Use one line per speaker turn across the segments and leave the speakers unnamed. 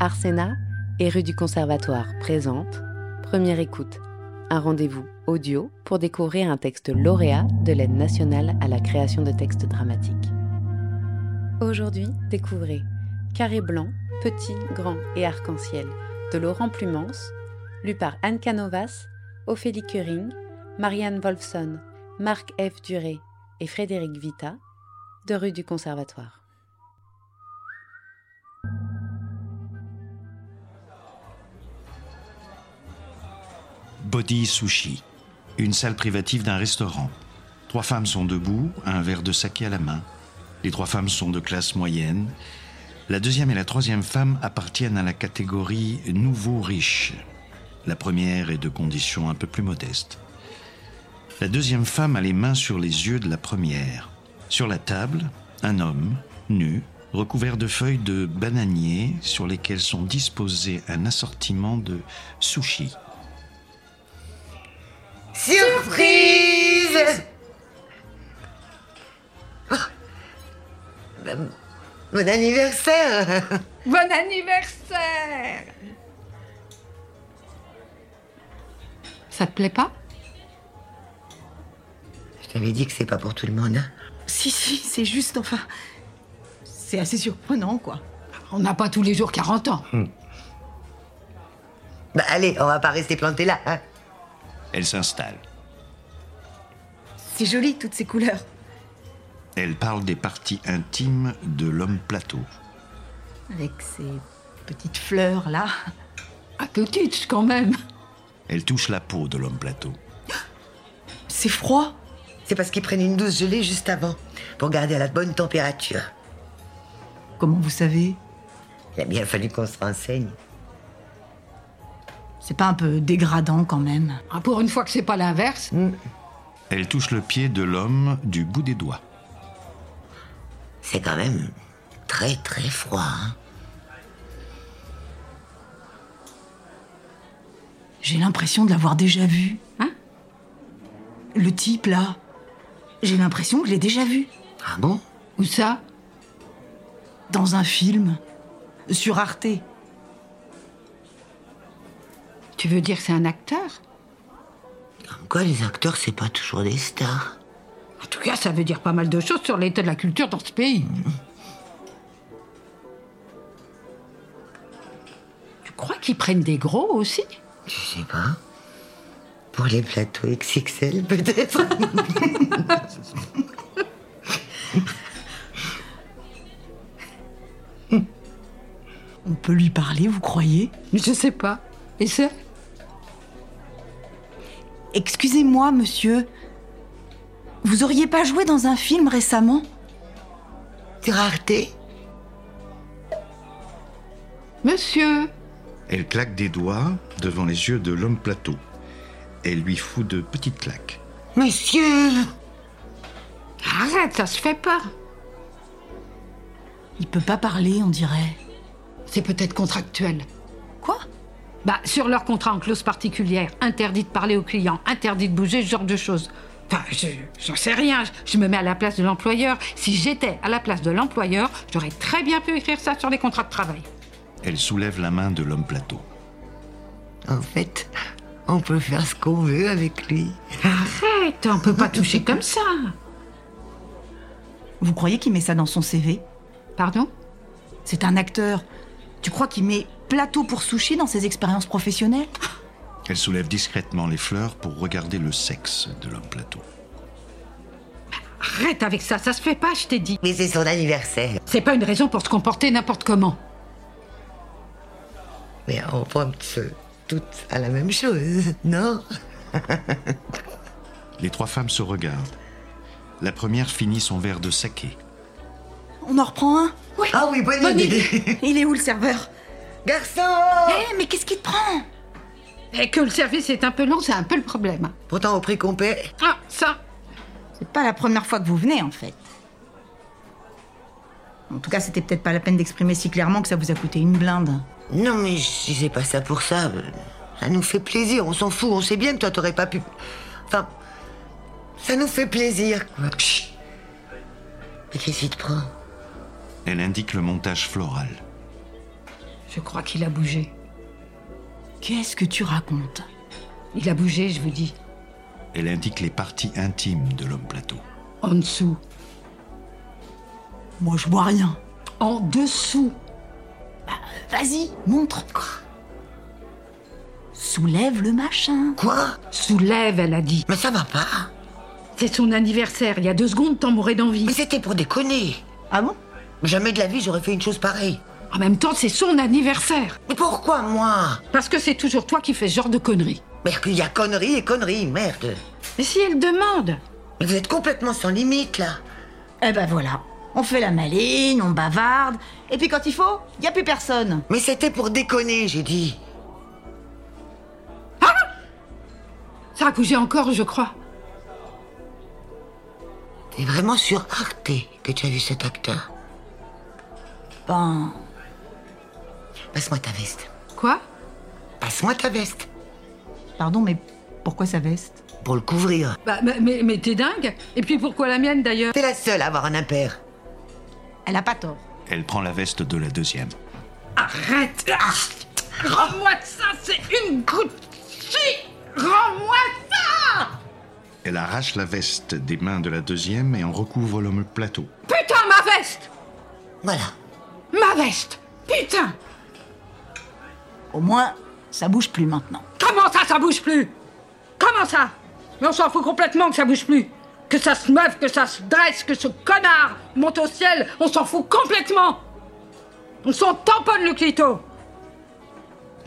Arsena et rue du Conservatoire présente Première écoute, un rendez-vous audio pour découvrir un texte lauréat de l'aide nationale à la création de textes dramatiques. Aujourd'hui, découvrez Carré blanc, petit, grand et arc-en-ciel de Laurent Plumance, lu par Anne Canovas, Ophélie Curing, Marianne Wolfson, Marc F. Duré et Frédéric Vita, de rue du Conservatoire.
Body Sushi, une salle privative d'un restaurant. Trois femmes sont debout, un verre de saké à la main. Les trois femmes sont de classe moyenne. La deuxième et la troisième femme appartiennent à la catégorie nouveau riche. La première est de condition un peu plus modeste. La deuxième femme a les mains sur les yeux de la première. Sur la table, un homme, nu, recouvert de feuilles de bananier sur lesquelles sont disposés un assortiment de sushis.
Surprise Ah. Ben, Bon anniversaire
Bon anniversaire Ça te plaît pas
Je t'avais dit que c'est pas pour tout le monde. hein.
Si, si, c'est juste, enfin. C'est assez surprenant, quoi.
On n'a pas tous les jours 40 ans.
Bah allez, on va pas rester planté là. hein.
Elle s'installe.
C'est joli, toutes ces couleurs.
Elle parle des parties intimes de l'homme plateau.
Avec ces petites fleurs, là.
À petite quand même.
Elle touche la peau de l'homme plateau.
C'est froid.
C'est parce qu'ils prennent une douce gelée juste avant, pour garder à la bonne température.
Comment vous savez
Il a bien fallu qu'on se renseigne.
C'est pas un peu dégradant, quand même Hmm.
Ah, Pour une fois que c'est pas l'inverse.
Elle touche le pied de l'homme du bout des doigts.
C'est quand même très très froid. hein.
J'ai l'impression de l'avoir déjà vu.
Hein
Le type, là. J'ai l'impression que je l'ai déjà vu.
Ah bon
Ou ça
Dans un film. Sur Arte.
Tu veux dire c'est un acteur
Comme quoi les acteurs, c'est pas toujours des stars.
En tout cas, ça veut dire pas mal de choses sur l'état de la culture dans ce pays. Tu crois qu'ils prennent des gros aussi
Je sais pas. Pour les plateaux XXL peut-être
On peut lui parler, vous croyez
Je sais pas. Et ça
Excusez-moi, monsieur. Vous auriez pas joué dans un film récemment
C'est rareté
Monsieur
Elle claque des doigts devant les yeux de l'homme plateau. Elle lui fout de petites claques.
Monsieur
Arrête, ça se fait pas.
Il peut pas parler, on dirait.
C'est peut-être contractuel.
Quoi
Bah, sur leur contrat en clause particulière, interdit de parler aux clients, interdit de bouger, ce genre de choses. Enfin, je- j'en sais rien, je me mets à la place de l'employeur. Si j'étais à la place de l'employeur, j'aurais très bien pu écrire ça sur les contrats de travail.
Elle soulève la main de l'homme plateau.
En fait, on peut faire ce qu'on veut avec lui.
Arrête, on peut pas toucher comme ça.
Vous croyez qu'il met ça dans son CV
Pardon
C'est un acteur. Tu crois qu'il met plateau pour sushi dans ses expériences professionnelles
Elle soulève discrètement les fleurs pour regarder le sexe de l'homme plateau.
Arrête avec ça, ça se fait pas, je t'ai dit.
Mais c'est son anniversaire.
C'est pas une raison pour se comporter n'importe comment.
Mais on pense toutes à la même chose, non
Les trois femmes se regardent. La première finit son verre de saké.
On en reprend un
Ah oui, bonne,
Bonne
idée.
Il est où le serveur
Garçon
Eh, mais qu'est-ce qui te prend
Et que le service est un peu long, c'est un peu le problème.
Pourtant, au prix qu'on paie,
Ah, ça
C'est pas la première fois que vous venez, en fait. En tout cas, c'était peut-être pas la peine d'exprimer si clairement que ça vous a coûté une blinde.
non mais si c'est pas ça pour ça, ça nous fait plaisir, on s'en fout, on sait bien que toi t'aurais pas pu... Enfin, ça nous fait plaisir. quoi. Chut. Mais qu'est-ce qu'il te prend
Elle indique le montage floral.
Je crois qu'il a bougé.
Qu'est-ce que tu racontes
Il a bougé, je vous dis.
Elle indique les parties intimes de l'homme plateau.
En dessous.
Moi, je vois rien.
En dessous.
Vas-y, montre. Soulève le machin.
Quoi
Soulève, elle a dit.
Mais ça va pas.
C'est son anniversaire. Il y a deux secondes, t'en mourais d'envie.
Mais c'était pour déconner.
Ah bon
Jamais de la vie j'aurais fait une chose pareille.
En même temps, c'est son anniversaire.
Mais pourquoi moi
Parce que c'est toujours toi qui fais ce genre de conneries.
Mais qu'il y a conneries et conneries, merde.
Mais si elle demande
Mais vous êtes complètement sans limite là.
Eh ben voilà. On fait la maligne, on bavarde. Et puis quand il faut, il a plus personne.
Mais c'était pour déconner, j'ai dit.
Ça a bougé encore, je crois.
T'es vraiment sur Arte que tu as vu cet acteur.
Ben,
Passe-moi ta veste.
Quoi
Passe-moi ta veste.
pardon, mais pourquoi sa veste
Pour le couvrir.
Bah, mais, mais, mais t'es dingue Et puis pourquoi la mienne d'ailleurs
T'es la seule à avoir un impair.
Elle a pas tort.
Elle prend la veste de la deuxième.
Arrête Ah Rends-moi ça, c'est une Gucci Rends-moi ça
Elle arrache la veste des mains de la deuxième et en recouvre l'homme plateau.
Putain, ma veste
Voilà.
Ma veste Putain
Au moins, ça bouge plus maintenant.
Comment ça, ça bouge plus Comment ça Mais on s'en fout complètement que ça bouge plus Que ça se meuf, que ça se dresse, que ce connard monte au ciel, on s'en fout complètement On s'en tamponne le clito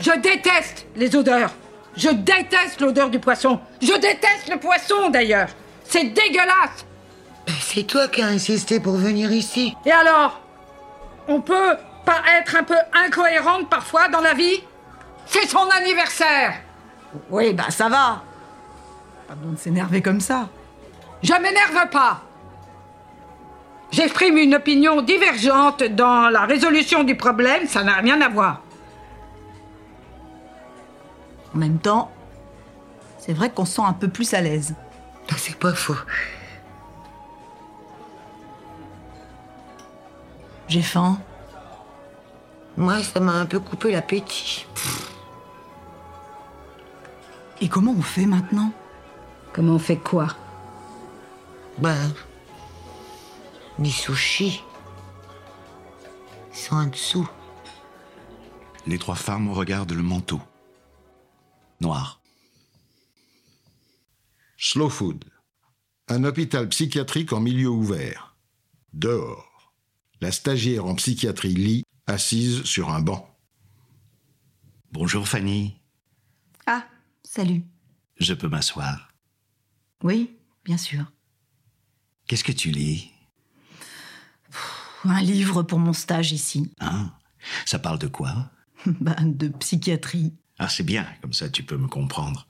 Je déteste les odeurs Je déteste l'odeur du poisson Je déteste le poisson d'ailleurs C'est dégueulasse
Ben, C'est toi qui as insisté pour venir ici.
Et alors On peut pas être un peu incohérente parfois dans la vie C'est son anniversaire
Oui, bah ça va. Pardon de s'énerver comme ça.
Je m'énerve pas. J'exprime une opinion divergente dans la résolution du problème, ça n'a rien à voir.
En même temps, c'est vrai qu'on se sent un peu plus à l'aise.
Non, Ben, C'est pas faux.
J'ai faim.
Moi, ça m'a un peu coupé l'appétit.
Et comment on fait maintenant
Comment on fait quoi
Ben. Mes sushis. Ils sont en dessous.
Les trois femmes regardent le manteau. Noir.
Slow Food. Un hôpital psychiatrique en milieu ouvert. Dehors. La stagiaire en psychiatrie lit, assise sur un banc.
Bonjour Fanny,
Ah, salut.
je peux m'asseoir.
Oui, bien sûr.
Qu'est-ce que tu lis
Un livre pour mon stage ici.
Hein Ça parle de quoi
bah, de psychiatrie.
Ah, c'est bien, comme ça tu peux me comprendre.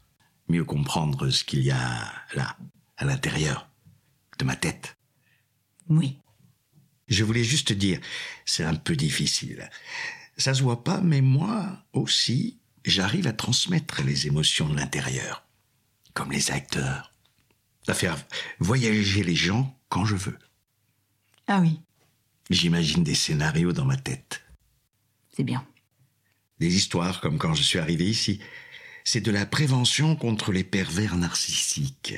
Mieux comprendre ce qu'il y a là, à l'intérieur, de ma tête.
Oui.
Je voulais juste te dire, c'est un peu difficile. Ça se voit pas, mais moi aussi, j'arrive à transmettre les émotions de l'intérieur, comme les acteurs. À faire voyager les gens quand je veux.
Ah oui,
J'imagine des scénarios dans ma tête,
c'est bien.
des histoires comme quand je suis arrivé ici. C'est de la prévention contre les pervers narcissiques.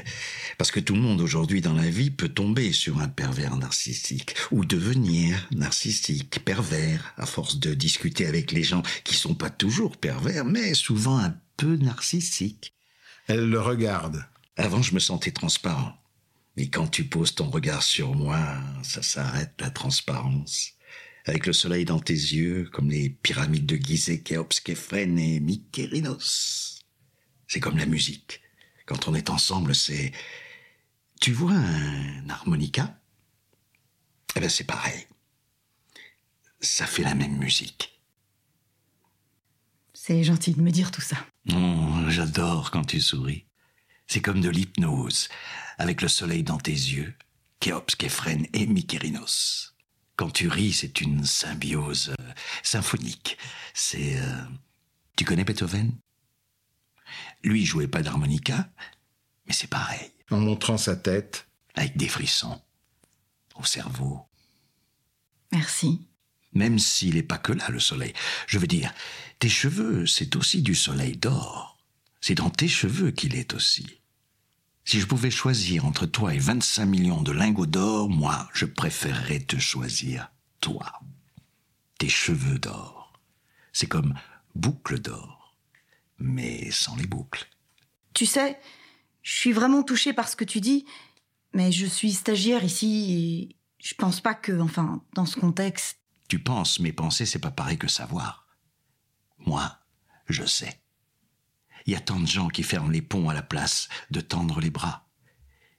Parce que tout le monde aujourd'hui dans la vie peut tomber sur un pervers narcissique ou devenir narcissique, pervers, à force de discuter avec les gens qui sont pas toujours pervers, mais souvent un peu narcissiques.
Elle le regarde.
Avant, je me sentais transparent. Mais quand tu poses ton regard sur moi, ça s'arrête la transparence. Avec le soleil dans tes yeux, comme les pyramides de Gizeh, Khéops, Képhren et Mykérinos. C'est comme la musique. Quand on est ensemble, c'est... Tu vois un harmonica Eh ben, c'est pareil. Ça fait la même musique.
C'est gentil de me dire tout ça.
Oh, j'adore quand tu souris. C'est comme de l'hypnose, avec le soleil dans tes yeux, Kéops, Képhren et Mykérinos. Quand tu ris, c'est une symbiose euh, symphonique. C'est... euh, Tu connais Beethoven Lui, il jouait pas d'harmonica, mais c'est pareil,
En montrant sa tête,
avec des frissons au cerveau.
Merci.
Même s'il n'est pas que là, le soleil. Je veux dire, tes cheveux, c'est aussi du soleil d'or. C'est dans tes cheveux qu'il est aussi. Si je pouvais choisir entre toi et 25 millions de lingots d'or, moi, je préférerais te choisir, toi. Tes cheveux d'or. C'est comme boucles d'or, mais sans les boucles.
Tu sais, je suis vraiment touchée par ce que tu dis, mais je suis stagiaire ici et je pense pas que, enfin, dans ce contexte.
Tu penses, mais penser, c'est pas pareil que savoir. Moi, je sais. Il y a tant de gens qui ferment les ponts à la place de tendre les bras.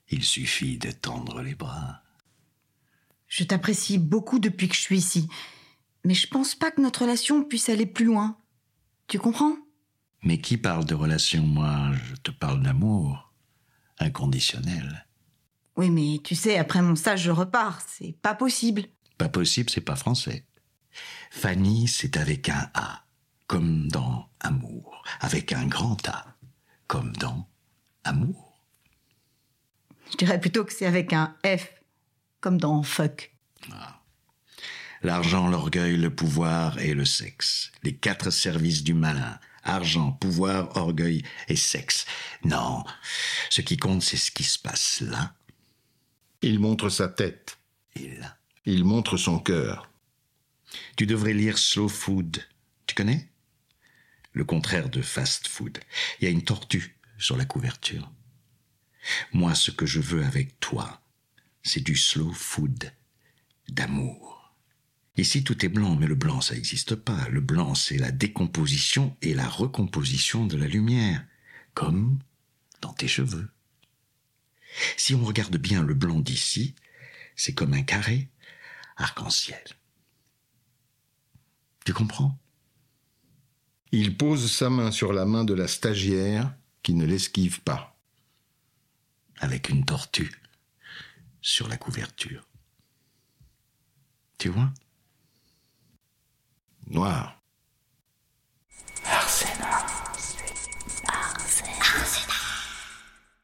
Il suffit de tendre les bras.
Je t'apprécie beaucoup depuis que je suis ici, mais je pense pas que notre relation puisse aller plus loin. Tu comprends
Mais qui parle de relation, moi Je te parle d'amour. Inconditionnel.
Oui, mais tu sais, après mon stage, je repars. C'est pas possible.
Pas possible, c'est pas français. Fanny, c'est avec un A, comme dans amour, avec un grand A, comme dans amour.
Je dirais plutôt que c'est avec un F, comme dans fuck.
L'argent, l'orgueil, le pouvoir et le sexe. Les quatre services du malin. Argent, pouvoir, orgueil et sexe. Non, ce qui compte, c'est ce qui se passe là
Il montre sa tête.
et là.
Il montre son cœur.
Tu devrais lire Slow Food. Tu connais Le contraire de fast food. Il y a une tortue sur la couverture. Moi, ce que je veux avec toi, c'est du slow food d'amour. Ici, tout est blanc, mais le blanc, ça n'existe pas. Le blanc, c'est la décomposition et la recomposition de la lumière, comme dans tes cheveux. Si on regarde bien le blanc d'ici, c'est comme un carré arc-en-ciel. Tu comprends
Il pose sa main sur la main de la stagiaire qui ne l'esquive pas.
Avec une tortue sur la couverture. Tu vois
Noir.